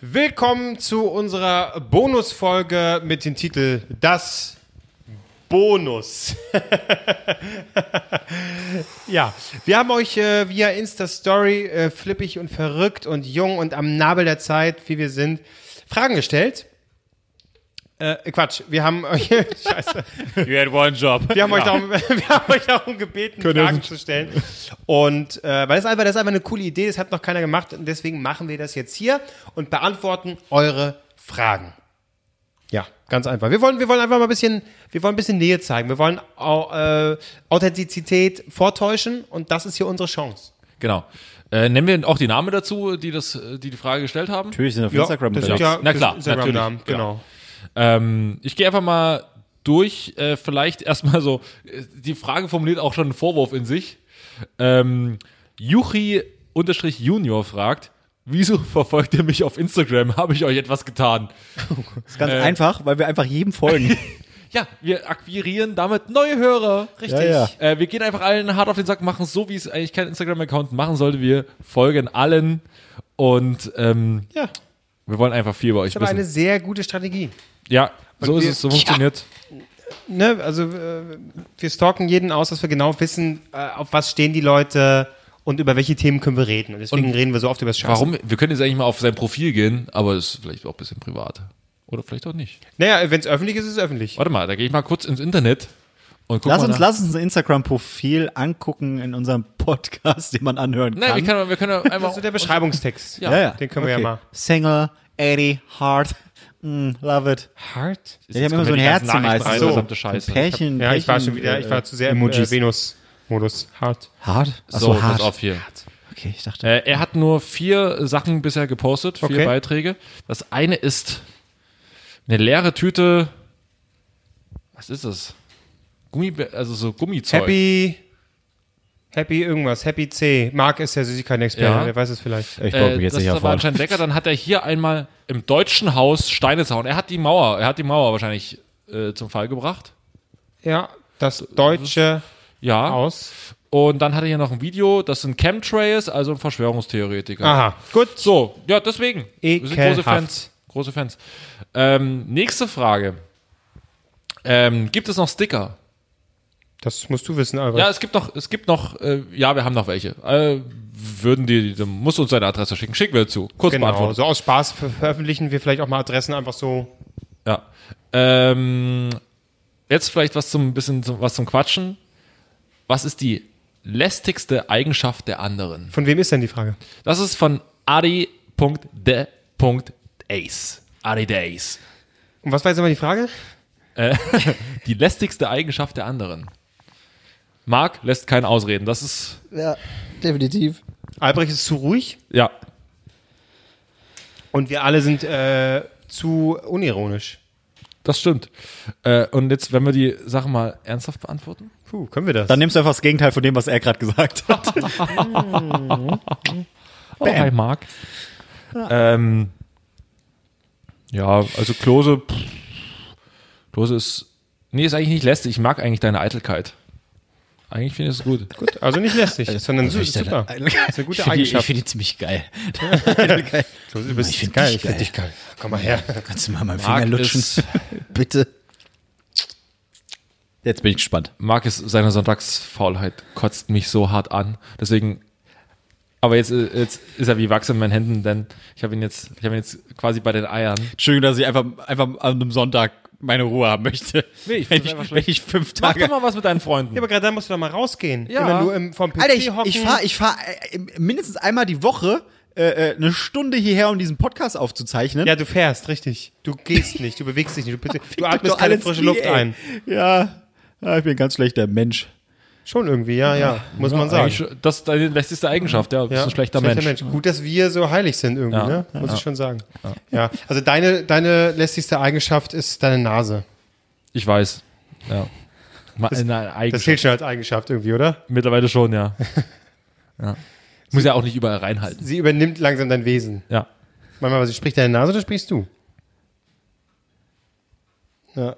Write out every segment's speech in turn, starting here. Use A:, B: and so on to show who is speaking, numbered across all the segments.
A: Willkommen zu unserer Bonusfolge mit dem Titel Das Bonus. ja, wir haben euch äh, via Insta-Story äh, flippig und verrückt und jung und am Nabel der Zeit, wie wir sind, Fragen gestellt. Äh, Quatsch, wir haben euch, scheiße,
B: You had one job.
A: wir haben euch, darum, wir haben euch darum gebeten,
C: Können wir
A: Fragen
C: uns-
A: zu stellen. Und äh, weil das einfach, das ist einfach eine coole Idee, das hat noch keiner gemacht und deswegen machen wir das jetzt hier und beantworten eure Fragen. Ja, ganz einfach. Wir wollen, wir wollen einfach mal ein bisschen, wir wollen ein bisschen Nähe zeigen. Wir wollen au, äh, Authentizität vortäuschen und das ist hier unsere Chance.
B: Genau. Äh, nennen wir auch die Namen dazu, die das, äh, die, die Frage gestellt haben.
C: Natürlich sind auf Instagram
A: das ist ja,
B: Na
A: das
B: klar,
A: ist Instagram-Namen, genau.
B: Ähm, ich gehe einfach mal durch. Äh, vielleicht erstmal so. äh, Die Frage formuliert auch schon einen Vorwurf in sich. Ähm, Juchi unterstrich Junior fragt. Wieso verfolgt ihr mich auf Instagram? Habe ich euch etwas getan?
C: Das ist ganz einfach, weil wir einfach jedem folgen.
B: Ja, wir akquirieren damit neue Hörer.
A: Richtig.
C: Ja, ja.
B: Äh, wir gehen einfach allen hart auf den Sack, machen es so, wie es eigentlich kein Instagram-Account machen sollte. Wir folgen allen und ähm,
A: Ja,
B: wir wollen einfach viel bei euch
A: das war eine
B: wissen.
A: sehr gute Strategie.
B: Ja, so ist
A: wir-
B: es, so funktioniert.
A: ne, also äh, wir stalken jeden aus, dass wir genau wissen, äh, auf was stehen die Leute und über welche Themen können wir reden. Und deswegen
B: Und
A: reden wir so oft über das Scheiße.
B: Warum? Wir können jetzt eigentlich mal auf sein Profil gehen, aber das ist vielleicht auch ein bisschen privat. Oder vielleicht auch nicht.
A: Naja, wenn es öffentlich ist, ist es öffentlich.
B: Warte mal, da gehe ich mal kurz ins Internet und guck
C: lass,
B: mal.
C: uns,
B: nach-
C: lass uns ein Instagram-Profil angucken in unserem Podcast, den man anhören
B: Nein, wir
C: kann.
B: können, wir können ja
A: Das
B: einmal.
C: Also
A: ist so Also der Beschreibungstext.
B: Ja.
A: Den können wir ja mal.
C: Single, 80, hard, mm, love it.
A: Hard?
C: Ich habe immer so ein Herz im Eis.
B: Ach
A: so.
B: so. Scheiße.
C: Pärchen,
A: Ja, ich war schon
C: Pärchen,
A: wieder, ich war
C: äh,
A: zu sehr im äh,
C: Emojis.
A: Venus-Modus. Hard.
C: Hard? Ach
B: So,
C: so,
B: pass
C: hard.
B: auf hier.
C: Okay, ich dachte.
B: Äh, er hat nur vier Sachen bisher gepostet, vier
A: Okay.
B: Beiträge. Das eine ist eine leere Tüte. Was ist das? Gummi, also so Gummizeug.
A: Happy. Happy irgendwas. Happy C. Marc ist ja Süßigkeitenexperte,
B: Ja.
A: der weiß es vielleicht.
C: ich
B: Äh, das war anscheinend lecker. Dann hat er hier einmal im deutschen Haus Steine zaun. Er hat die Mauer, er hat die Mauer wahrscheinlich äh, zum Fall gebracht.
A: Ja, das deutsche
B: Ja.
A: Haus.
B: Und dann hat er hier noch ein Video. Das sind Chemtrails, also ein Verschwörungstheoretiker.
A: Aha, gut.
B: So, ja, deswegen. große
A: Ekelhaft.
B: Fans. Große Fans. Ähm, nächste Frage. Ähm, gibt es noch Sticker?
A: Das musst du wissen, Albrecht.
B: Ja, es gibt noch, es gibt noch, äh, ja, wir haben noch welche. Äh, würden die, die, muss uns seine Adresse schicken. Schicken wir zu. Kurz
A: Genau,
B: beantwortet.
A: so aus Spaß ver veröffentlichen wir vielleicht auch mal Adressen einfach so.
B: Ja. Ähm, jetzt vielleicht was zum bisschen zum, was zum Quatschen. Was ist die lästigste Eigenschaft der anderen?
A: Von wem ist denn die Frage?
B: Das ist von adi.de.ace. Adi der Ace.
A: Und was war jetzt nochmal die Frage?
B: Die lästigste Eigenschaft der anderen. Marc lässt keinen ausreden. Das ist,
C: Ja, definitiv.
A: Albrecht ist zu ruhig
B: ja.
A: und wir alle sind äh, zu unironisch.
B: Das stimmt. Äh, und jetzt, wenn wir die Sachen mal ernsthaft beantworten.
A: Puh, können wir das?
C: Dann nimmst du einfach das Gegenteil von dem, was er gerade gesagt hat.
B: Oh, hi, Marc. Ähm, ja, also Klose. Pff, Klose ist. Nee, ist eigentlich nicht lästig. Ich mag eigentlich deine Eitelkeit. Eigentlich finde ich es gut.
A: Gut, also nicht lästig, sondern su- super. Das ist eine gute Eigenschaft.
C: finde die ziemlich geil.
A: Du bist
C: Ich find dich geil.
A: geil. Komm mal her.
C: Kannst du mal meinen
B: Marc ist,
C: Bitte. Jetzt bin ich gespannt.
B: Marc ist seine Sonntagsfaulheit kotzt mich so hart an. Deswegen. Aber jetzt, äh, jetzt ist er wie Wachs in meinen Händen, denn ich habe ihn jetzt, ich habe ihn jetzt quasi bei den Eiern.
C: Entschuldigung, dass ich einfach, einfach an einem Sonntag meine Ruhe haben möchte.
B: Nee, ich find's
C: wenn,
B: einfach
C: ich,
B: schlecht.
C: wenn ich fünf
B: Mach doch
C: Tage.
B: mal was mit deinen Freunden.
A: Ja, aber gerade dann musst du doch mal rausgehen.
B: Ja.
A: Immer nur im, vom PC
C: Alter, ich,
A: hocken.
C: ich fahre ich fahr, äh, mindestens einmal die Woche äh, äh, eine Stunde hierher, um diesen Podcast aufzuzeichnen.
A: ja, du fährst, richtig. Du gehst nicht, du bewegst dich nicht, du, du
C: Guck
A: atmest
C: doch
A: keine
C: alles
A: frische
C: nie,
A: Luft
C: ey.
A: ein.
C: Ja. ja, ich bin ein ganz schlechter Mensch.
A: Schon irgendwie, ja, ja, muss man sagen.
B: Eigentlich, Das ist deine lästigste Eigenschaft, ja. Du bist ein schlechter, Mensch.
A: Gut, dass wir so heilig sind irgendwie,
B: Ja.
A: ne? muss ich schon sagen. Ja. Also deine, deine lästigste Eigenschaft ist deine Nase.
B: Ich weiß. Ja. Ma- Eine
A: Das
B: Eigenschaft.
A: fehlt schon als Eigenschaft irgendwie, oder?
B: Mittlerweile schon, ja. ja. Muss ja auch nicht überall reinhalten.
A: Sie übernimmt langsam dein Wesen.
B: Ja.
A: Manchmal, sie spricht deine Nase oder sprichst du? Ja,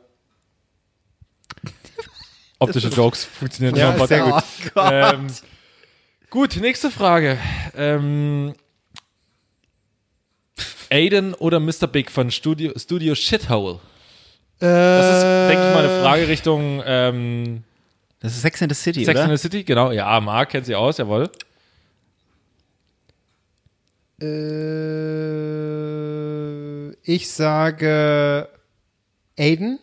B: Optische Jokes funktionieren
A: Ja,
B: immer
A: ist sehr gut.
B: Ähm, gut, nächste Frage. Ähm, Aiden oder Mr. Big von Studio, Studio Shithole? Das ist, denke ich mal, eine Frage Richtung ähm,
C: Das ist Sex in the City,
B: Sex in
C: oder?
B: the City. Genau, ja, AMA kennt sie aus, jawohl.
A: Äh, ich sage Aiden.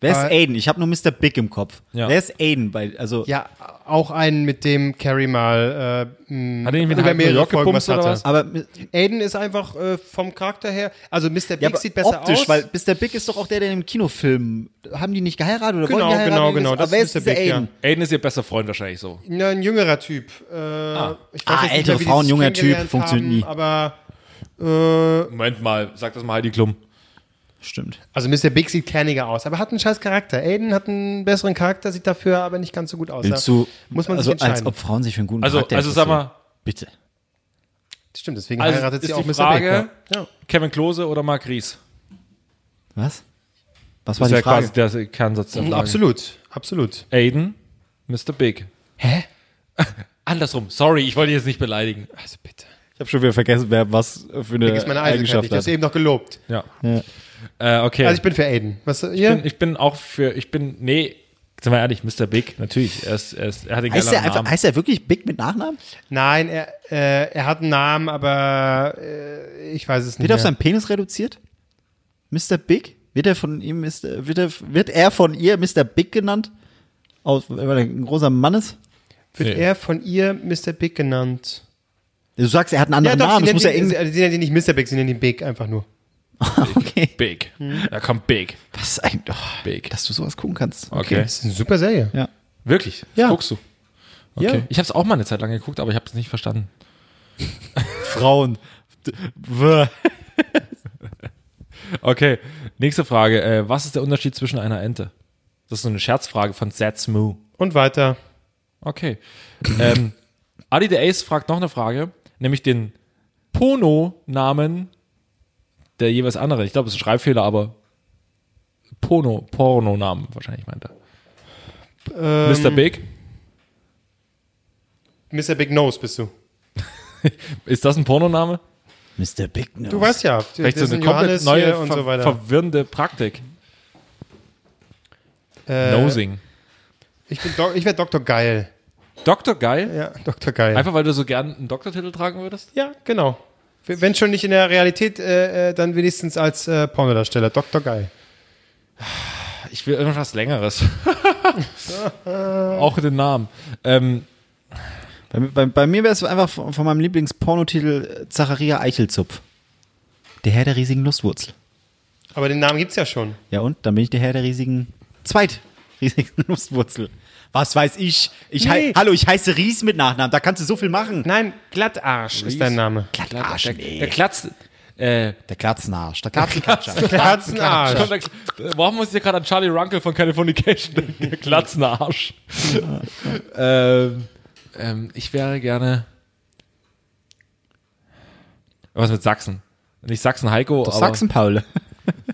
C: Wer ist
A: Äh,
C: Aiden? Ich habe nur Mr. Big im Kopf.
B: Ja.
C: Wer ist Aiden? Bei, also,
A: Ja, auch einen, mit dem Carrie mal äh, mh,
B: Hat er irgendwie
A: über
B: einen New
A: mehrere
B: York
A: Folgen was
B: gepumpt oder
A: hatte.
B: was?
C: Aber, ja,
A: Aiden ist einfach äh, vom Charakter her, also Mr. Big
C: aber
A: sieht besser
C: optisch,
A: aus.
C: weil Mr. Big ist doch auch der, der im Kinofilm. Haben die nicht geheiratet oder
A: Genau,
C: wollen geheiratet?
A: genau, genau,
C: Aber
A: das
C: wer
A: ist
C: ist
A: Mr.
C: dieser
A: Big, ja.
C: Aiden?
B: Aiden ist ihr bester Freund wahrscheinlich so.
A: Na, ein jüngerer Typ. Äh, ich
C: Ah,
A: jetzt nicht
C: ältere
A: mehr, wie die
C: Frauen,
A: sich
C: junger Typ,
A: kennengelernt
C: funktioniert nie.
A: Aber äh,
B: Moment mal, sag das mal Heidi Klum.
C: Stimmt.
A: also Mr. Big sieht kerniger aus, aber hat einen scheiß Charakter. Aiden hat einen besseren Charakter, sieht dafür aber nicht ganz so gut aus.
C: Willst
A: Da
C: du,
A: muss man
C: also,
A: sich entscheiden.
C: als ob Frauen sich für einen guten
B: Also,
C: Charakter
B: also sag
C: interessieren.
B: mal,
C: Bitte.
A: Stimmt, deswegen
B: also
A: heiratet
B: ist
A: sie auch
B: die
A: Mr.
B: Frage,
A: Big. Ja. Ja.
B: Kevin Klose oder Marc Ries?
C: Was? Was
B: Das ist
C: war die
B: ja
C: Frage?
B: quasi der Kernsatz der Frage.
A: Mhm, Absolut, absolut.
B: Aiden, Mr. Big.
A: Hä?
B: Andersrum, sorry, ich wollte dich jetzt nicht beleidigen.
A: Also bitte.
C: Ich habe schon wieder vergessen, wer was für eine
A: Das ist meine Eigenschaft. Ich habe eben noch gelobt.
B: Ja.
C: Ja.
B: Äh, okay.
A: Also ich bin für Aiden. Was
B: ich,
A: ihr?
B: bin, ich bin auch für, ich bin, nee, sind wir ehrlich, Mr. Big, natürlich. Er, ist, er, ist, er hat den
C: Heißt
B: geileren
C: er, einfach,
B: Namen.
C: heißt er wirklich Big mit Nachnamen?
A: Nein, er, äh, er hat einen Namen, aber äh, ich weiß es nicht.
C: Wird er auf
A: mehr.
C: seinen Penis reduziert? Mr. Big? Wird er von ihm Mr. Wird er, wird er von ihr Mr. Big genannt? Aus, weil er ein großer Mann ist?
A: Wird
B: Nee.
A: er von ihr Mr. Big genannt?
C: Du sagst, er hat einen
A: Ja,
C: anderen
A: doch,
C: Namen.
A: sie, nennt
C: Das muss ja
A: ihn,
C: irgendwie.
A: sie, sie nennt ihn nicht Mr. Big, sie nennt ihn Big einfach nur.
C: Okay.
B: Big.
C: Hm.
B: Da kommt Big.
C: Was ist eigentlich? Oh,
B: Big.
C: Dass du sowas gucken kannst.
B: Okay.
A: Das ist eine super Serie.
C: Ja.
B: Wirklich?
C: Ja.
B: Guckst du? Okay.
C: Ja.
B: Ich habe es auch mal eine Zeit lang geguckt, aber ich habe es nicht verstanden.
C: Frauen. D- w-
B: Okay, nächste Frage. Äh, was ist der Unterschied zwischen einer Ente? Das ist so eine Scherzfrage von Sad Smoo.
A: Und weiter.
B: Okay. ähm, Adi der Ace fragt noch eine Frage, nämlich den Pono-Namen der jeweils andere. Ich glaube, es ist ein Schreibfehler, aber Pono, Porno-Namen wahrscheinlich meint er.
A: Ähm,
B: Mr. Big,
A: Mr. Big Nose bist du.
B: ist das ein Pornoname?
C: Mr. Big Nose.
A: Du weißt ja.
B: Vielleicht so
A: das
B: eine
A: sind
B: komplett
A: Johannes
B: neue,
A: hier und
B: ver
A: so weiter.
B: verwirrende Praktik.
A: Äh,
B: Nosing.
A: Ich, bin Doc- ich werde Dr. Geil.
B: Dr. Geil?
A: Ja, Dr. Geil.
B: Einfach weil du so gern einen Doktortitel tragen würdest?
A: ja, genau. Wenn schon nicht in der Realität, äh, äh, dann wenigstens als äh, Pornodarsteller. Dr. Geil.
B: Ich will irgendwas Längeres. Auch den Namen. Ähm,
C: Bei, bei, bei mir wäre es einfach von, von meinem Lieblingspornotitel äh, Zacharia Eichelzupf. Der Herr der riesigen Lustwurzel.
A: Aber den Namen gibt's ja schon.
C: Ja und? Dann bin ich der Herr der riesigen zweitriesigen Lustwurzel. Was weiß ich? ich hei-
A: Nee.
C: Hallo, ich heiße Ries mit Nachnamen. Da kannst du so viel machen.
A: Nein, Glattarsch ist dein Name.
C: Glattarsch,
B: der,
C: nee.
B: der Klatz. Äh,
C: Der Klatzenarsch. Der Klatzenarsch.
A: Glatzenarsch.
B: Schon der- Warum muss ich ja gerade an Charlie Runkel von Californication denken? Der glatzende Arsch. ähm, ähm, ich wäre gerne. Was mit Sachsen? Nicht Sachsen Heiko, aber
C: Sachsen-Paul.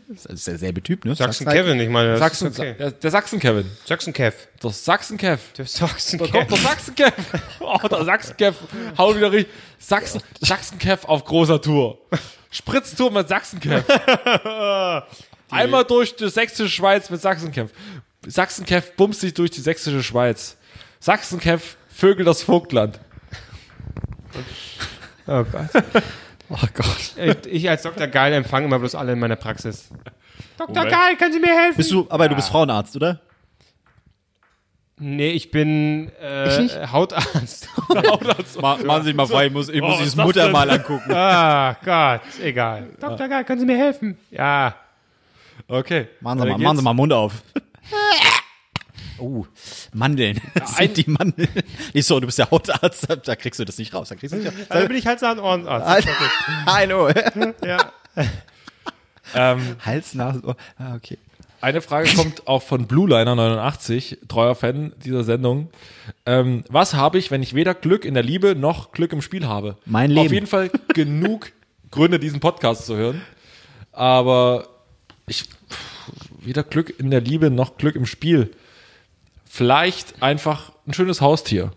C: Das ist derselbe Typ, ne?
A: Sachsen-Kevin, ich meine. das
B: Sachsen,
A: ist okay.
B: der, der Sachsen Kevin.
A: Sachsen-Kev.
B: Der Sachsen Kev.
A: Der
B: Da kommt der
A: Sachsen-Kev.
B: Sachsen Kev. Oh, der Sachsen Kev. Hau wieder richtig. Sachsen, Sachsen Kev auf großer Tour. Spritztour mit Sachsen Kev. Einmal durch die sächsische Schweiz mit Sachsenkämpf. Sachsenkämpf bumst sich durch die sächsische Schweiz. Sachsenkämpf Vögel das Vogtland.
A: Oh Gott.
C: Oh Gott.
A: Ich- Ich als Dr. Geil empfange immer bloß alle in meiner Praxis. Dr.
B: Moment.
A: Geil, können Sie mir helfen?
C: Bist du, aber du bist Frauenarzt, oder?
A: nee, ich bin
C: Ich
A: äh,
C: nicht?
A: Hautarzt.
C: machen Sie sich mal frei, ich muss, ich
B: muss dieses Muttermal
C: angucken.
A: Ah, Gott, egal.
C: Ah.
A: Dr. Geil, können Sie mir helfen? Ja.
B: Okay.
C: Machen Sie,
B: Weiter
C: mal, machen Sie
B: geht's.
C: mal Mund auf. Oh, Mandeln. Das
B: ein-
C: sind die Mandeln. Nicht so, du bist der Hautarzt, da- da kriegst du das nicht raus. Da kriegst du nicht raus.
A: Also bin ich halt so ein Ohrenarzt.
C: Alter. Hallo.
A: Ja.
B: Ähm,
C: Hals, Nase, Ohr. Ah, okay.
B: eine Frage kommt auch von BlueLiner89, treuer Fan dieser Sendung. Ähm, was habe ich, wenn ich weder Glück in der Liebe noch Glück im Spiel habe?
C: Mein
B: Auf
C: Leben.
B: jeden Fall genug Gründe, diesen Podcast zu hören. Aber ich pff, weder Glück in der Liebe noch Glück im Spiel. Vielleicht einfach ein schönes Haustier.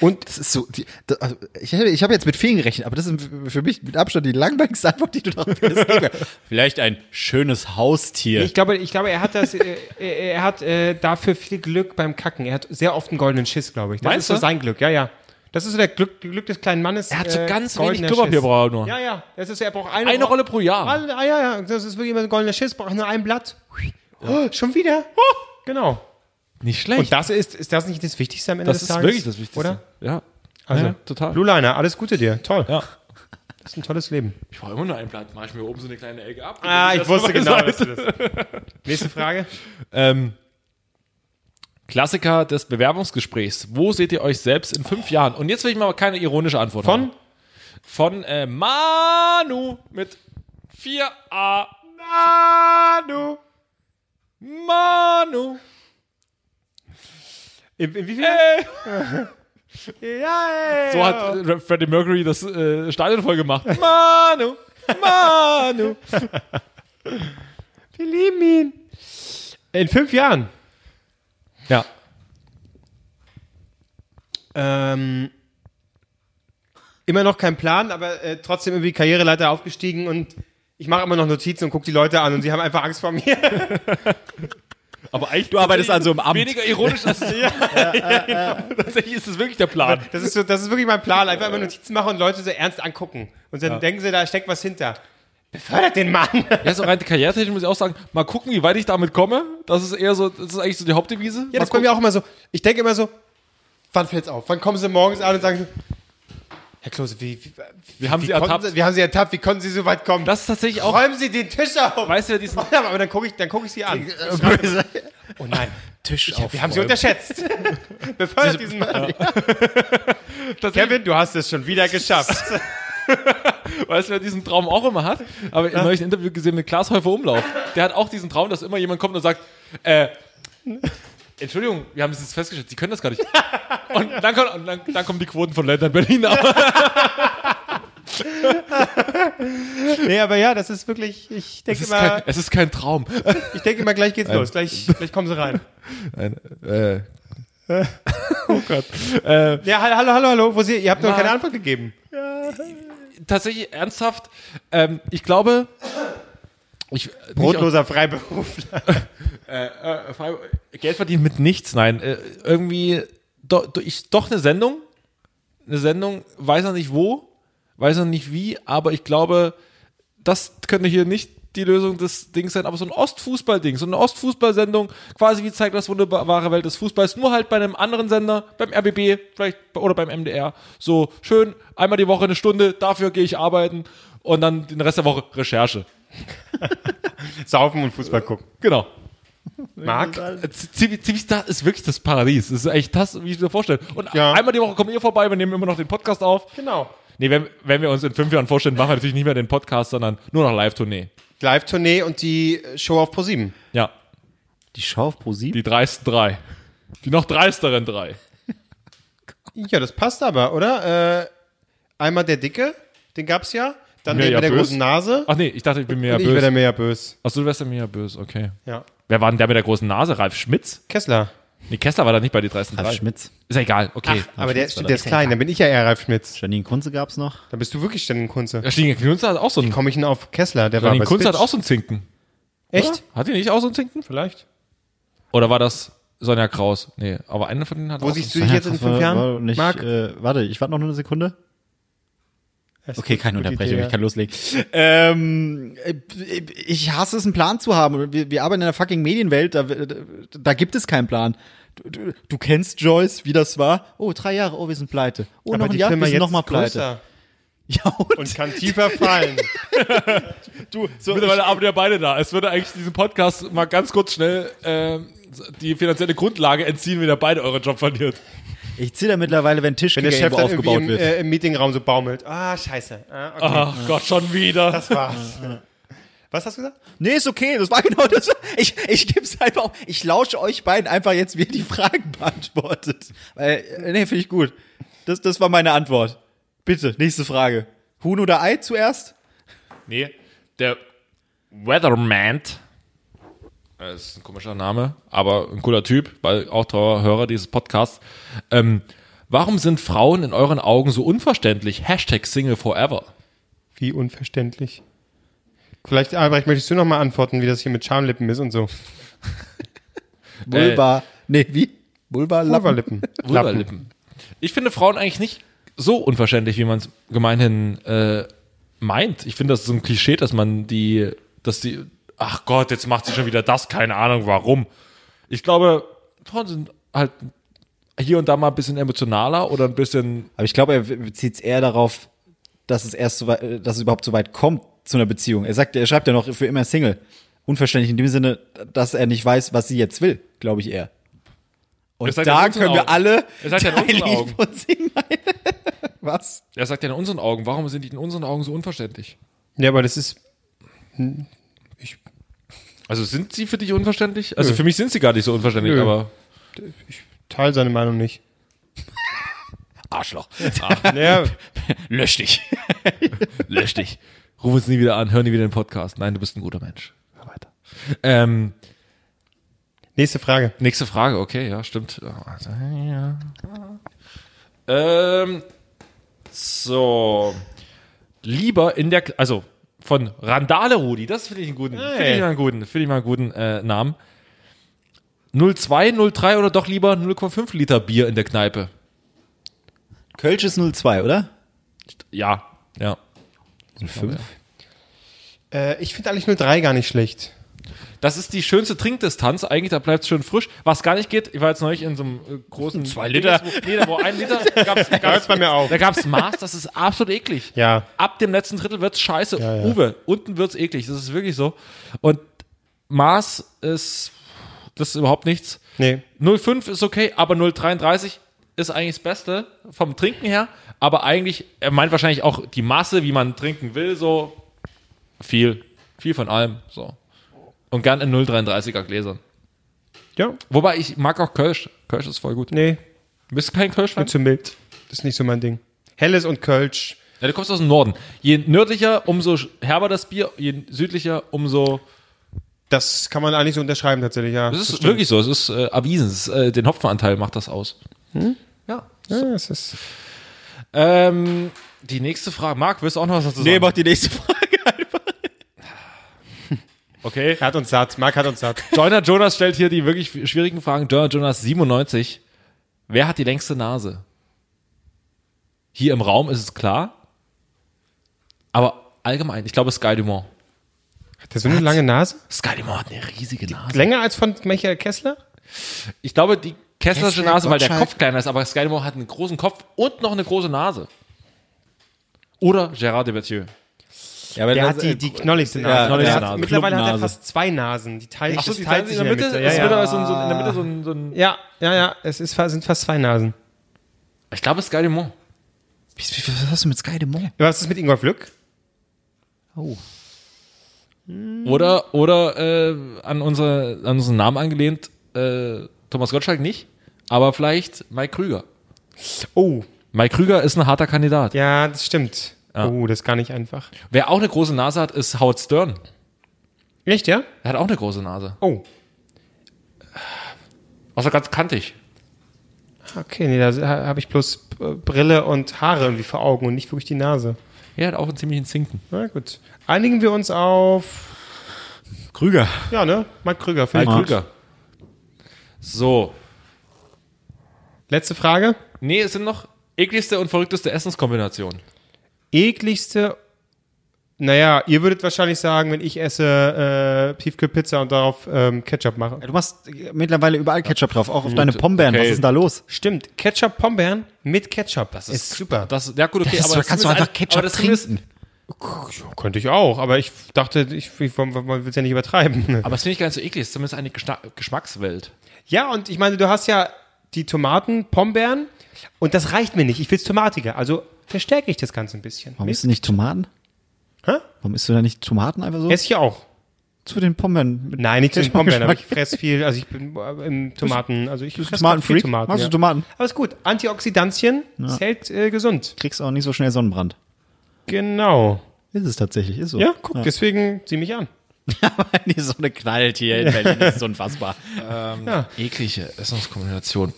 A: Und
C: Das ist so. Die, da- also ich hätte- ich habe jetzt mit vielen gerechnet, aber das ist für mich mit Abstand die langweiligste Antwort, die du darauf hättest. geben können.
D: Vielleicht ein schönes Haustier.
A: ich glaube, ich glaube, er hat das, äh, äh, er hat äh, dafür viel Glück beim Kacken. Er hat sehr oft einen goldenen Schiss, glaube ich. Das
B: Meinst
A: ist so
B: du?
A: sein Glück, ja, ja. Das ist so der Glück, Glück des kleinen Mannes.
B: Er hat so ganz wenig
A: Äh, goldener
B: Klopapier
A: Schiss.
B: braucht er nur.
A: Ja, ja. Das ist, er braucht eine,
B: Eine
A: Ro-
B: Rolle pro Jahr.
A: Ah, ja, ja. Das ist wirklich immer ein goldener Schiss, braucht nur ein Blatt. Oh, schon wieder. Oh, genau.
B: Nicht
A: Und
B: schlecht.
A: das ist, ist das nicht das Wichtigste am Ende
B: Das
A: des
B: ist
A: Tages?
B: wirklich das Wichtigste.
A: Oder?
B: Ja.
A: Also,
B: Ja, total.
A: Blue Liner, alles Gute dir. Toll.
B: Ja.
A: Das ist ein tolles Leben.
B: Ich brauche immer nur einen Blatt. Mache ich mir oben so eine kleine Ecke ab.
A: Ah, ich wusste genau,
B: Das
A: dass du das. Nächste Frage.
B: Ähm, Klassiker des Bewerbungsgesprächs. Wo seht ihr euch selbst in fünf Jahren? Und jetzt will ich mal keine ironische Antwort
A: Von?
B: haben. Von äh, Manu mit 4a.
A: Manu.
B: Manu.
A: In, in wie viel?
B: Hey.
A: Äh, Ja, ey.
B: So hat äh, Freddie Mercury das äh, Stadion voll gemacht. Manu. Manu.
A: Wir lieben ihn. In fünf Jahren.
B: ja.
A: Ähm, immer noch kein Plan, aber äh, trotzdem irgendwie Karriereleiter aufgestiegen und ich mache immer noch Notizen und gucke die Leute an und sie haben einfach Angst vor mir.
B: Aber eigentlich
D: Du arbeitest also im Amt.
B: Weniger ironisch als ja, genau. Tatsächlich ist es wirklich der Plan.
A: Das ist, so, das ist wirklich mein Plan. Einfach immer Notizen machen und Leute so ernst angucken. Und dann denken sie, da steckt was hinter. Befördert den Mann.
B: Ja, so rein karrieretechnisch muss ich auch sagen, mal gucken, wie weit ich damit komme. Das ist eher so, das ist eigentlich so die Hauptdevise.
A: Ja, das kommt mir auch immer so. Ich denke immer so, wann fällt's auf? Wann kommen sie morgens an und sagen so, Herr Klose, wie, wie,
B: Wir haben
A: wie,
B: sie
A: konnten
B: ertappt.
A: sie, wir haben sie ertappt, wie konnten sie so weit kommen?
B: Das ist tatsächlich auch,
A: Räumen Sie den Tisch auf!
B: weißt du, wer diesen,
A: aber dann gucke ich, dann guck ich sie an.
C: äh, Böse.
A: Oh nein,
D: Tisch
A: wir haben sie unterschätzt. Befördert diesen Mann. Kevin, du hast es schon wieder geschafft.
B: weißt du, wer diesen Traum auch immer hat? Aber ich habe neulich ein Interview gesehen mit Klaas Häufer Umlauf. Der hat auch diesen Traum, dass immer jemand kommt und sagt, äh, Entschuldigung, wir haben es jetzt festgestellt, Sie können das gar nicht. Und dann, kommt, und dann, dann kommen die Quoten von Ländern Berlin. Aber
A: nee, aber ja, das ist wirklich, ich
B: es,
A: denke
B: ist kein,
A: immer,
B: es ist kein Traum.
A: ich denke immer, gleich geht's los. Gleich, gleich kommen sie rein.
B: Ein, äh, oh Gott. Äh,
A: Ja, hallo, hallo, hallo, hallo. Wo sie, ihr habt noch
B: Na.
A: keine Antwort gegeben.
B: tatsächlich ernsthaft, ähm, ich glaube, ich, äh, nicht,
A: Brotloser Freiberufler.
B: äh, Frage, Geld verdienen mit nichts, nein, äh, irgendwie do, do, ich, doch eine Sendung, eine Sendung, weiß noch nicht wo, weiß noch nicht wie, aber ich glaube, das könnte hier nicht die Lösung des Dings sein, aber so ein Ostfußball-Ding, so eine Ostfußball-Sendung, quasi wie zeigt das wunderbare Welt des Fußballs, nur halt bei einem anderen Sender, beim RBB, vielleicht oder beim MDR, so schön einmal die Woche eine Stunde, dafür gehe ich arbeiten und dann den Rest der Woche Recherche.
A: Saufen und Fußball gucken.
B: Genau.
A: Marc?
B: Äh, Ziemlich, ziemlich, das ist wirklich das Paradies. Das ist echt das, wie ich mir vorstelle. Und
A: Ja.
B: einmal die Woche kommen ihr vorbei, wir nehmen immer noch den Podcast auf.
A: Genau.
B: Nee, wenn, wenn wir uns in fünf Jahren vorstellen, machen wir natürlich nicht mehr den Podcast, sondern nur noch Live-Tournee.
A: Live-Tournee und die äh, Show auf ProSieben.
B: Ja,
C: Die Schau auf Pro 7?
B: die dreisten drei. Die noch dreisteren drei.
A: Ja, das passt aber, oder? Äh, einmal der Dicke, den gab's ja. Dann
B: Mir
A: der
B: ja
A: mit der
B: bös.
A: großen Nase.
B: Ach nee, ich dachte, ich bin mir ja
A: ich werde
B: böse.
A: mir ja bös.
B: Achso, du wärst ja mir ja böse, okay.
A: Ja.
B: Wer war denn der mit der großen Nase? Ralf Schmitz?
A: Kessler.
B: Nee, Kessler war da nicht bei die dreisten drei.
C: Schmitz.
B: Ist ja egal, okay.
A: aber der,
C: Schmitz war
A: der ist klein, dann bin ich ja eher Ralf Schmitz.
C: Janine Kunze gab's noch.
A: Dann bist du wirklich Stanley Kunze.
B: Ja, Stinke Kunze hat auch so einen.
A: Komme ich denn auf Kessler? Der war
B: Janine
A: bei
B: Kunze hat
A: Switch.
B: auch so einen Zinken.
A: Echt?
B: Hat die nicht auch so einen Zinken?
A: Vielleicht.
B: Oder war das Sonja Kraus? Nee, aber einer von denen hat
A: Wo
B: auch so
A: siehst du dich jetzt in fünf
C: War
A: Jahren?
C: nicht,
A: Marc?
C: äh, warte, ich warte noch nur eine Sekunde. Okay, keine
A: Gute
C: Unterbrechung,
A: Idee,
C: ich kann loslegen. Ähm, ich hasse es, einen Plan zu haben. Wir, wir arbeiten in der fucking Medienwelt, da, da gibt es keinen Plan. Du, du, du kennst Joyce, wie das war. Oh, drei Jahre, oh, wir sind pleite. Oh,
A: Aber
C: noch ein
A: die
C: Jahr,
A: Firma
C: wir sind
A: jetzt
C: noch mal
A: ist
C: pleite.
A: größer
C: Ja, und,
A: und kann tiefer fallen.
C: du, so,
B: Mittlerweile arbeiten ja beide da. Es würde eigentlich diesen Podcast mal ganz kurz schnell ähm, die finanzielle Grundlage entziehen, wenn ihr beide euren Job verliert.
C: ich, ich ziehe da mittlerweile, wenn Tisch
A: Wenn der Chef dann irgendwie
C: aufgebaut
A: im,
C: wird.
A: äh, im Meetingraum so baumelt. Ah, scheiße. Ah, okay.
B: Ach Gott, schon wieder.
A: Das war's. Was hast du gesagt?
C: Nee, ist okay, das war genau das. Ich, ich geb's einfach auf. Ich lausche euch beiden einfach jetzt, wie ihr die Fragen beantwortet. Weil, äh, nee, finde ich gut. Das, das war meine Antwort. Bitte, nächste Frage. Huhn oder Ei zuerst?
B: Nee, der Weatherman. Äh, Das ist ein komischer Name, aber ein cooler Typ, weil auch treuer Hörer dieses Podcasts. Ähm, Warum sind Frauen in euren Augen so unverständlich? Hashtag Single Forever.
A: Wie unverständlich. Vielleicht, Albrecht, möchtest du nochmal antworten, wie das hier mit Schamlippen ist und so.
C: Vulva. nee, wie? Vulva, Vulva
A: Vulvalippen. Lappen.
B: Vulvalippen. Ich finde Frauen eigentlich nicht so unverständlich, wie man es gemeinhin äh, meint. Ich finde, das ist so ein Klischee, dass man die, dass die, ach Gott, jetzt macht sie schon wieder das, keine Ahnung warum. Ich glaube, Frauen sind halt hier und da mal ein bisschen emotionaler oder ein bisschen,
C: Aber ich glaube, er bezieht es eher darauf, dass es erst so weit, äh, dass es überhaupt so weit kommt zu einer Beziehung. Er sagt, er schreibt ja noch für immer Single. Unverständlich in dem Sinne, dass er nicht weiß, was sie jetzt will, glaube ich
B: Das
C: eher. Und
B: sagt er
C: da
B: in unseren
C: können wir
B: Augen.
C: alle
B: Er sagt ja in
C: dein
B: unseren
C: Lied
B: Augen.
C: von singen. Was?
B: er sagt ja in unseren Augen, warum sind die in unseren Augen so unverständlich?
A: Ja, aber das ist.
B: Also sind sie für dich unverständlich? Also für mich sind sie gar nicht so unverständlich,
A: Nö.
B: aber
A: Teil seine Meinung nicht.
D: Arschloch.
A: Ja,
D: Lösch dich.
B: Ah, lösch dich. Ruf uns nie wieder an, hör nie wieder den Podcast. Nein, du bist ein guter Mensch. Hör weiter. Ähm,
A: nächste Frage.
B: Nächste Frage, okay, ja, stimmt. Also, ja. Ähm, so. Lieber in der, also von Randale Rudi, das finde ich einen guten, finde ich mal einen guten, finde ich mal einen guten äh, Namen. 02, 03 oder doch lieber 0,5 Liter Bier in der Kneipe.
C: Kölsch ist 02, oder?
B: Ja, ja.
C: 05.
A: Äh, ich finde eigentlich 03 gar nicht schlecht.
B: Das ist die schönste Trinkdistanz, eigentlich, da bleibt es schön frisch. Was gar nicht geht, ich war jetzt neulich in so einem äh, großen. Zwei
D: Liter.
B: Nee, da war ein Liter, gab's, gab's,
A: bei mir auf.
B: da gab es Maß, das ist absolut eklig.
A: Ja.
B: Ab dem letzten Drittel wird's scheiße.
A: Ja, ja.
B: Uwe, unten wird's eklig. Das ist wirklich so. Und Maß ist, das ist überhaupt nichts.
A: Nee.
B: 0,5 ist okay, aber 0,33 ist eigentlich das Beste vom Trinken her. Aber eigentlich, er meint wahrscheinlich auch die Masse, wie man trinken will, so viel. Viel von allem, so. Und gern in 0,33er Gläsern.
A: Ja,
B: Wobei ich mag auch Kölsch. Kölsch ist voll gut.
A: nee.
B: Bist du kein kölsch
A: Zu mild. Das ist nicht so mein Ding. Helles und Kölsch.
B: Ja, du kommst aus dem Norden. Je nördlicher, umso herber das Bier. Je südlicher, umso.
A: Das kann man eigentlich so unterschreiben, tatsächlich, ja.
B: Das ist
A: stimmt.
B: wirklich so. Es ist äh, erwiesen. Es ist, äh, den Hopfenanteil macht das aus. Ja.
A: Ja, das ist
B: Ähm, die nächste Frage. Marc, willst du auch noch was dazu sagen?
C: Nee, mach die nächste Frage.
B: okay.
A: er hat uns satt. Marc hat uns satt.
B: Joyner Jonas stellt hier die wirklich schwierigen Fragen. Joyner Jonas 97. Wer hat die längste Nase? Hier im Raum ist es klar. Aber allgemein, ich glaube Sky Dumont.
A: Hat der so eine lange Nase?
B: Sky Dumont hat eine riesige Nase.
A: Länger als von Michael Kessler?
B: Ich glaube, die Kesslerische
C: Kessler,
B: Nase, weil der
C: Gottschalk.
B: Kopf kleiner ist, aber Sky Dumont hat einen großen Kopf und noch eine große Nase. Oder Gérard Debattieu.
C: Ja, aber
A: Der
C: das- äh,
A: hat die, die knolligste Nase.
C: Ja,
B: knolligste
A: der hat,
B: Nase.
A: Mittlerweile hat er
C: Klumpennase.
A: fast zwei Nasen. Die teilt,
B: Ach so,
A: das
B: die
A: teilt
B: Nase in der Mitte,
A: Ja,
B: es
A: ja.
B: wird aber so ein- so ein- in der Mitte so ein, so ein
A: ja, ja, ja. Es ist, fa- sind fast zwei Nasen.
B: Ich glaube, Sky Dumont.
C: Wie- wie- Was hast du mit Sky Demon?
A: Was ist mit Ingolf Lück?
C: Mhm.
B: Oder, oder äh, an, unsere, an unseren Namen angelehnt, äh, Thomas Gottschalk nicht, aber vielleicht Mike Krüger.
A: Oh,
B: Mike Krüger ist ein harter Kandidat.
A: ja, das stimmt. Oh, das ist gar nicht einfach.
B: Wer auch eine große Nase hat, ist Howard Stern.
A: Echt, ja?
B: Er hat auch eine große Nase.
A: Oh,
B: Außer ganz kantig.
A: okay, nee, da ha- habe ich bloß äh, Brille und Haare irgendwie vor Augen und nicht wirklich die Nase.
B: Er hat auch einen ziemlichen Zinken.
A: Na gut. Einigen wir uns auf,
C: Krüger.
A: ja, ne? Mike Krüger.
B: Mike
A: finde ich gut.
B: Äh, Krüger. So.
A: Letzte Frage.
B: Nee, es sind noch ekligste und verrückteste Essenskombinationen.
A: Ekligste, naja, ihr würdet wahrscheinlich sagen, wenn ich esse äh, Tiefkühlpizza und darauf ähm, Ketchup mache.
C: Du machst äh, mittlerweile überall Ketchup drauf, auch auf deine Pombeeren. Was ist denn da los?
A: Stimmt, Ketchup Pombeeren mit Ketchup. Das
B: ist
A: super.
B: Das, ja gut, okay,
C: Das ist-
B: aber das
C: kannst du
B: ist
C: einfach
B: ein-
C: Ketchup
B: aber das Ding ist-
C: trinken.
A: könnte ich auch, aber ich dachte, ich, ich, man will es ja nicht übertreiben.
B: Aber das finde ich gar nicht so eklig. Es ist zumindest eine Geschna- Geschmackswelt.
A: Ja, und ich meine, du hast ja die Tomaten, Pombeeren und das reicht mir nicht. Ich will's tomatiger. Also verstärke ich das Ganze ein bisschen.
C: Warum isst du nicht Tomaten?
A: Hä?
C: Warum isst du da nicht Tomaten einfach so?
A: Esse ich auch.
C: zu den Pombeeren. Mit
A: Nein, nicht zu den
C: Ketchup-
A: Pombeeren, aber ich
C: Geschmack.
A: fress viel, also ich bin äh, im Tomaten, also ich
C: bist
A: fress
C: Tomatenfreak?
A: viel Tomaten.
C: Magst du Tomaten?
A: Aber ist gut, Antioxidantien, es hält äh, gesund.
C: Kriegst auch nicht so schnell Sonnenbrand.
A: Genau.
C: Ist es tatsächlich, ist so.
A: Ja, guck, deswegen zieh mich an.
D: Die Sonne knallt hier in Berlin. Das ist unfassbar.
B: Eklige Essenskombination.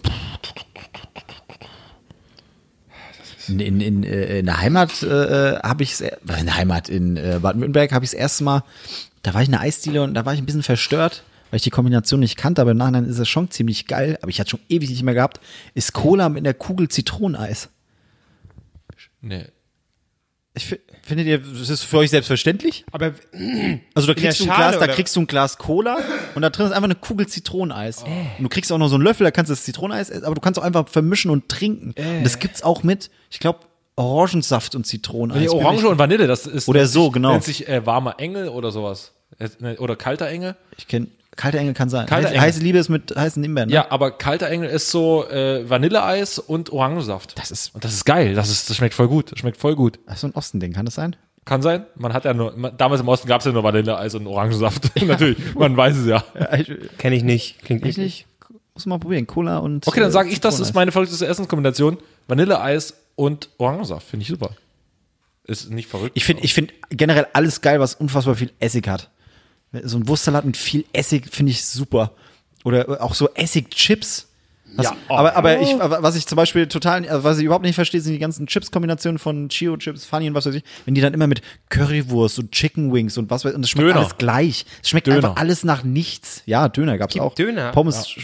C: in, in, in, äh, in der Heimat äh, habe ich in der Heimat in äh, Baden-Württemberg habe ich das erste Mal, da war ich in der Eisdiele und da war ich ein bisschen verstört, weil ich die Kombination nicht kannte, aber im Nachhinein ist es schon ziemlich geil, aber ich hatte schon ewig nicht mehr gehabt, ist Cola mit einer Kugel Zitroneneis.
B: Nee.
C: Ich fi- findet ihr, das ist für euch selbstverständlich?
A: Aber äh,
C: Also da
A: der
C: kriegst, du ein
A: Schale,
C: Glas, da
A: oder?
C: kriegst du ein Glas Cola und da drin ist einfach eine Kugel Zitroneneis.
B: Äh.
C: Und du kriegst auch noch so einen Löffel, da kannst du das Zitroneneis essen, aber du kannst auch einfach vermischen und trinken.
B: Äh.
C: Und das gibt's auch mit, ich glaube, Orangensaft und Zitroneneis.
B: Nee,
C: Bin ich-
B: Orange und Vanille, das ist.
C: Oder
B: nennt
C: so,
B: sich-
C: genau.
B: Nennt sich äh, warmer Engel oder sowas. Äh, ne, Oder kalter Engel.
C: Ich kenne Kalter Engel kann sein.
B: Kalter
C: heiße,
B: Engel.
C: heiße Liebe ist mit heißen Himbeeren. Ne?
B: Ja, aber kalter Engel ist so äh, Vanilleeis und Orangensaft.
C: Das ist-
B: und das ist geil. Das, ist, das schmeckt voll gut. Das schmeckt voll gut.
C: Ach, so ein Ostending, kann das sein?
B: Kann sein. Man hat ja nur. Man, damals im Osten gab es ja nur Vanilleeis und Orangensaft. Natürlich. Man weiß es ja.
A: kenne ich nicht. Klingt eklig.
C: Richtig. Muss mal probieren. Cola und. äh,
B: Okay, dann sage ich, das
C: Zitroneneis.
B: ist meine verrückteste Essenskombination. Vanilleeis und Orangensaft. Finde ich super. Ist nicht verrückt.
C: Ich finde ich find generell alles geil, was unfassbar viel Essig hat. So ein Wurstsalat mit viel Essig finde ich super. Oder äh, auch so Essigchips. Was-
B: Ja, oh.
C: aber, aber, ich, aber was ich zum Beispiel total, also was ich überhaupt nicht verstehe, sind die ganzen Chips-Kombinationen von Chio-Chips, Funny und was weiß ich, wenn die dann immer mit Currywurst und Chicken Wings und was weiß ich, und das schmeckt
B: Döner.
C: alles gleich. Es schmeckt
B: Döner.
C: einfach alles nach nichts. Ja, Döner gab's auch.
A: Döner.
C: Pommes,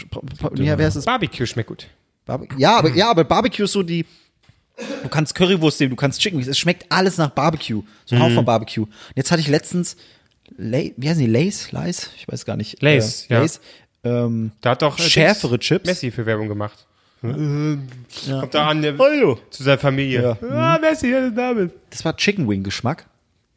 C: ja. Ja, wer ist es?
A: Barbecue schmeckt gut.
C: Barbe- Ja, aber, ja, aber Barbecue ist so die. Du kannst Currywurst nehmen, du kannst Chicken Wings. Es schmeckt alles nach Barbecue. So
A: Mhm.
C: ein Haufen von Barbecue. Und jetzt hatte ich letztens. Lay, wie heißen die? Lays? Lays? Ich weiß gar nicht. Äh,
A: Lays, ja.
C: Lays. Ähm,
A: Da hat doch äh,
C: Schärfere
A: Dings
C: Chips?
A: Messi für Werbung gemacht. Hm? Kommt da an der,
C: Hallo.
A: zu seiner Familie.
C: Ja. Mhm.
A: Ah, Messi, hier ist David.
C: das war Chicken Wing Geschmack.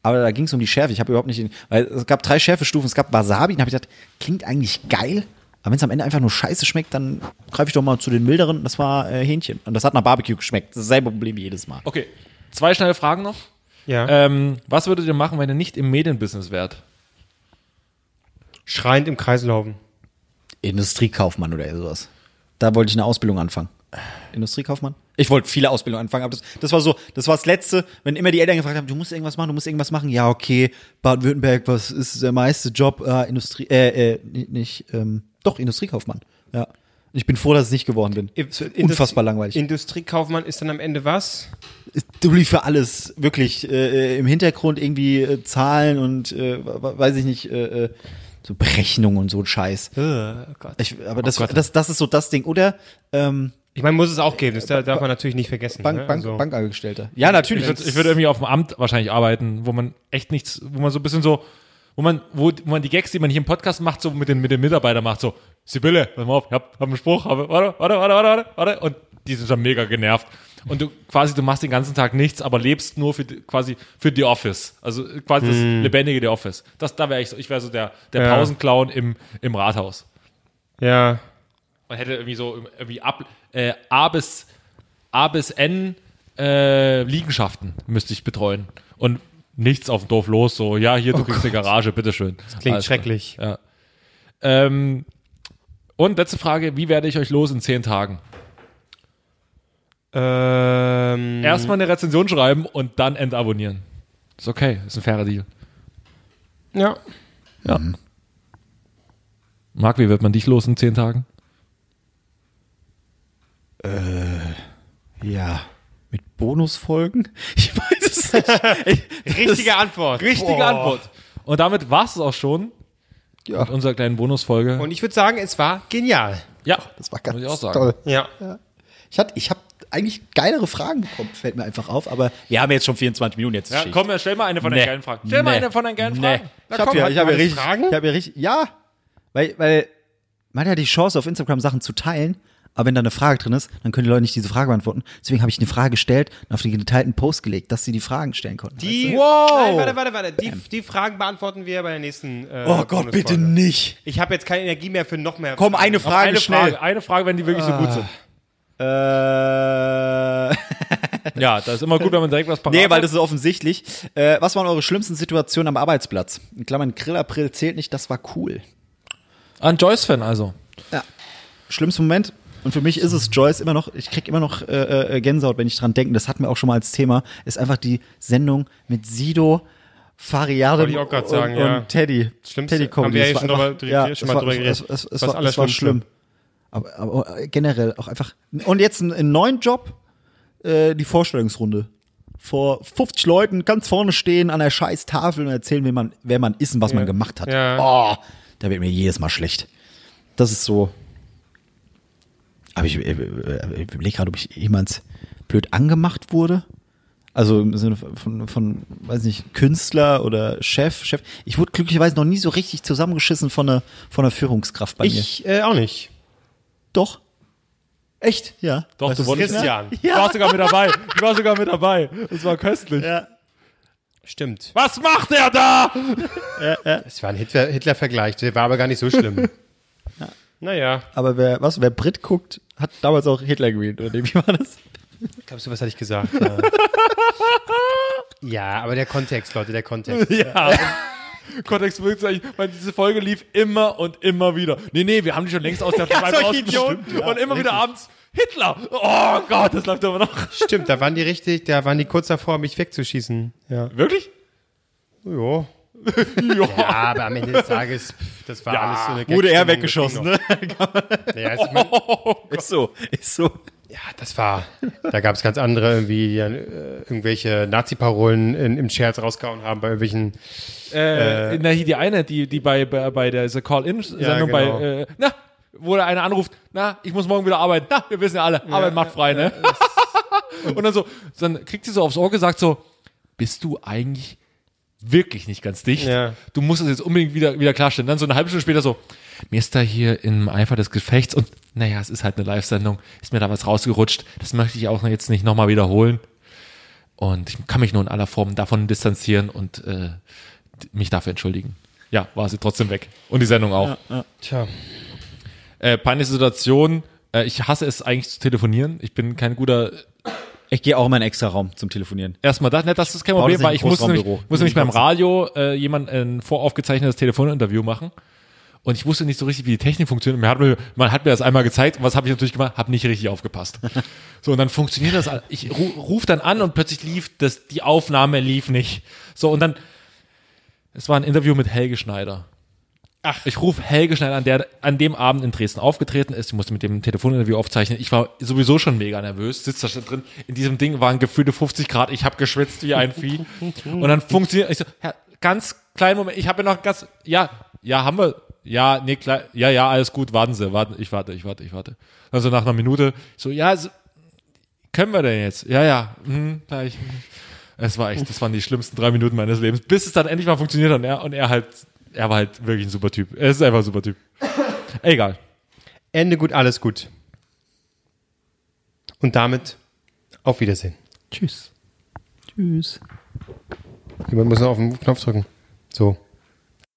C: Aber da ging es um die Schärfe. Ich habe überhaupt nicht. Den, weil es gab drei Schärfestufen. Es gab Wasabi. Und habe ich gedacht, klingt eigentlich geil. Aber wenn es am Ende einfach nur scheiße schmeckt, dann greife ich doch mal zu den milderen. Das war äh, Hähnchen. Und das hat nach Barbecue geschmeckt. Dasselbe Problem jedes Mal.
B: Okay, zwei schnelle Fragen noch.
C: Äh.
A: Ja.
B: Ähm, was würdet ihr machen, wenn ihr nicht im Medienbusiness wärt?
A: Schreiend im Äh, Kreis laufen.
C: Industriekaufmann oder sowas. Da wollte ich eine Ausbildung anfangen. Industriekaufmann? Ich wollte viele Ausbildungen anfangen, aber das, das war so, das war das Letzte, wenn immer die Eltern gefragt haben, du musst irgendwas machen, du musst irgendwas machen. Ja, okay, Baden-Württemberg, was ist der meiste Job? Äh, Industrie, äh, äh, n- nicht, ähm, doch, Industriekaufmann. Ja. Ich bin froh, dass ich es nicht geworden bin. Unfassbar langweilig.
A: Industriekaufmann ist dann am Ende was?
C: Du lief für alles, wirklich. Äh, äh, Im Hintergrund irgendwie äh, Zahlen und, äh, wa- wa- weiß ich nicht, äh, äh, so Berechnungen und so ein Scheiß.
A: Gott. Ich,
C: Ich,
B: Oh
C: aber das, das, das ist so das Ding. Oder ähm,
A: meine, muss es auch geben. Das darf man natürlich nicht vergessen.
C: Bank,
A: ne?
C: Bank,
A: Also-
C: Bankangestellte. Ja, natürlich.
B: Ich würde ich würd irgendwie auf dem Amt wahrscheinlich arbeiten, wo man echt nichts, wo man so ein bisschen so, wo man, wo, wo man die Gags, die man hier im Podcast macht, so mit den, mit den Mitarbeitern macht, so, Sibylle, pass mal auf, ich hab, hab einen Spruch, habe, warte, warte, warte, warte, warte, warte, und die sind schon mega genervt. Und du quasi, du machst den ganzen Tag nichts, aber lebst nur für die- quasi für The Office. Also äh, quasi das lebendige The Office. Das, da wäre ich so, ich wäre so der, der
A: Ja.
B: Pausenclown im, im Rathaus.
A: Ja.
B: Man hätte irgendwie so irgendwie ab, äh, A bis A bis N äh, Liegenschaften müsste ich betreuen und nichts auf dem Dorf los. So ja, hier du
C: Oh
B: kriegst eine Garage, bitteschön. Das
A: Klingt schrecklich.
B: Ähm, und letzte Frage: Wie werde ich euch los in zehn Tagen?
C: Mhm.
A: Ähm,
B: Erstmal eine Rezension schreiben und dann entabonnieren. Ist okay, ist ein fairer Deal.
A: ja.
B: Marc, wie wird man dich los in zehn Tagen?
C: ja. Mit Bonusfolgen? Ich weiß es nicht. Ich,
A: Richtige Antwort.
B: Richtige
A: Boah.
B: Antwort. Und damit war es auch schon
C: Ja.
B: mit unserer kleinen Bonusfolge.
A: Und ich würde sagen, es war genial.
B: ja,
C: Das war ganz
B: muss ich auch sagen.
C: toll.
A: Ja.
C: Ich, hatte- ich habe eigentlich geilere Fragen bekommen, fällt mir einfach auf. Aber wir haben jetzt schon 24 Minuten, jetzt ist
B: Ja,
C: Schicht.
B: komm, stell mal eine von
C: Nee.
B: deinen geilen Fragen. Stell mal
C: Nee.
B: eine von deinen geilen
C: Nee.
B: Fragen. Na
C: Ich habe
B: komm,
C: ja,
B: halt
C: ich hab
B: mal
C: ja
B: eine
C: richtig,
B: Frage.
C: ich hab ja richtig, ja, weil, weil man hat ja die Chance auf Instagram Sachen zu teilen, aber wenn da eine Frage drin ist, dann können die Leute nicht diese Frage beantworten. Deswegen habe ich eine Frage gestellt und auf den geteilten Post gelegt, dass sie die Fragen stellen konnten.
A: Die,
B: Wow.
A: Nein, warte, warte, warte. Die, die Fragen beantworten wir bei der nächsten. Äh,
C: oh Gott, bitte
A: Bonusfolge.
C: nicht.
A: Ich habe jetzt keine Energie mehr für noch mehr.
C: Komm, eine
A: Fragen.
C: Frage
B: eine
C: schnell.
B: Frage, eine Frage, wenn die wirklich so gut sind.
C: Äh,
B: Ja, das ist immer gut, wenn man direkt was parat
C: nee, weil
B: hat.
C: das ist offensichtlich. Äh, was waren eure schlimmsten Situationen am Arbeitsplatz? In Klammern, Grillapril zählt nicht, das war cool.
B: Ein Joyce-Fan also.
C: schlimmsten Moment. Und für mich ist es Joyce immer noch, ich krieg immer noch äh, äh, Gänsehaut, wenn ich dran denke. Das hatten wir auch schon mal als Thema. Ist einfach die Sendung mit Sido, Fariade
A: Wollte ich auch
C: und,
A: grad sagen, ja.
C: und Teddy.
A: Schlimmste-
C: Teddy
A: haben wir ja
C: Es war
A: schon drüber-
C: einfach-
A: drüber- schon
C: es
A: mal
C: war-
A: drüber
C: Es,
A: geredet.
C: es,
A: Das
C: es, war, es war
A: Allerschlimmste.
C: schlimm. Aber, aber generell auch einfach. Und jetzt einen neuen Job. äh, die Vorstellungsrunde. Vor 50 Leuten ganz vorne stehen an der scheiß Tafel und erzählen, wer man, wer man ist und was man gemacht hat.
A: Ja.
C: Oh, da wird mir jedes Mal schlecht. Das ist so. Aber ich, äh, äh, ich überlege gerade, ob ich jemals blöd angemacht wurde. Also im Sinne von, von, von, weiß nicht, Künstler oder Chef, Chef. Ich wurde glücklicherweise noch nie so richtig zusammengeschissen von einer, von einer Führungskraft bei mir.
A: Ich äh, auch nicht.
C: Doch. Echt? Ja.
B: Doch,
C: Weißt
B: du
C: du's
B: wurdest-
C: nicht mehr?
A: Christian.
B: Ich war sogar mit dabei. Ich war sogar mit dabei. Das war köstlich.
C: Ja.
A: Stimmt.
B: Was macht er da?
A: Es war ein Hitler- Hitler-Vergleich, der war aber gar nicht so schlimm. Naja.
C: Aber wer, was, wer Brit guckt, hat damals auch Hitler gewählt, oder wie war das?
A: Glaubst du, was hatte ich gesagt? Ja. ja, aber der Kontext, Leute, der Kontext.
B: Ja. Kontext wirklich sagen, ich meine, diese Folge lief immer und immer wieder. Nee, nee, wir haben die schon längst aus der Schweiz
A: solche
B: rausgestimmt. und immer wieder abends Hitler. Oh Gott, das läuft aber noch.
A: Stimmt, da waren die richtig, da waren die kurz davor, mich wegzuschießen. Ja.
B: Wirklich?
A: Jo. Ja,
B: Ja.
A: aber am Ende des Tages, pff, das
B: Ah,
A: war alles so eine
C: Wurde er
A: Gagstimmung,
C: weggeschossen,
A: das
C: ne?
A: ging noch. Naja, also ich mein,
B: Oh
C: Ist so, ist so.
A: ja, das war, da gab es ganz andere irgendwie, die dann, äh, irgendwelche Nazi-Parolen in- im Scherz rausgehauen haben bei irgendwelchen
B: Äh, na, hier die eine, die, die bei, bei, bei der dieser Call-In-Sendung
A: Ja, genau.
B: bei, äh, na, wo der eine anruft, na, ich muss morgen wieder arbeiten. Na, wir wissen ja alle, Arbeit macht frei, ne? und dann so, dann kriegt sie so aufs Ohr gesagt so, bist du eigentlich wirklich nicht ganz dicht?
A: Ja.
B: Du musst es jetzt unbedingt wieder, wieder klarstellen. Dann so eine halbe Stunde später so, mir ist da hier im Eifer des Gefechts und naja, es ist halt eine Live-Sendung, ist mir da was rausgerutscht. Das möchte ich auch jetzt nicht nochmal wiederholen. Und ich kann mich nur in aller Form davon distanzieren und äh, d- mich dafür entschuldigen. Ja, war sie trotzdem weg. Und die Sendung auch.
A: Tja.
B: Äh, peinliche Situation. Äh, ich hasse es eigentlich zu telefonieren. Ich bin kein guter.
C: Ich gehe auch in meinen extra Raum zum Telefonieren.
B: Erstmal das, ne, das ist kein
C: Baue
B: Problem,
C: das in
B: weil
C: ein
B: ich muss nämlich,
C: Großraumbüro.
B: muss nämlich
C: In die
B: beim Radio äh, jemand ein voraufgezeichnetes Telefoninterview machen. Und ich wusste nicht so richtig, wie die Technik funktioniert. Man hat mir, man hat mir das einmal gezeigt. Und was habe ich natürlich gemacht? Habe nicht richtig aufgepasst. So, und dann funktioniert das. Ich ru, ruf dann an und plötzlich lief das, die Aufnahme lief nicht. So, und dann, es war ein Interview mit Helge Schneider. Ach. Ich rufe Helge Schneider an, der an dem Abend in Dresden aufgetreten ist. Ich musste mit dem Telefoninterview aufzeichnen. Ich war sowieso schon mega nervös. Sitzt da schon drin. In diesem Ding waren gefühlte 50 Grad. Ich habe geschwitzt wie ein Vieh. Und dann funktioniert. Ich so, Herr, ganz kleinen Moment. Ich habe ja noch ganz. Ja, ja, haben wir. Ja, nee, klar. Ja, ja, alles gut. Warten Sie. Warten. Ich warte. Ich warte. Ich warte. Dann so nach einer Minute. So, ja, so, können wir denn jetzt? Ja, ja. Hm, gleich. Es war echt, das waren die schlimmsten drei Minuten meines Lebens, bis es dann endlich mal funktioniert hat und er, und er halt, er war halt wirklich ein super Typ. Er ist einfach ein super Typ. Egal.
A: Ende gut, alles gut. Und damit auf Wiedersehen.
C: Tschüss. Tschüss.
A: Jemand muss noch auf den Knopf drücken. So.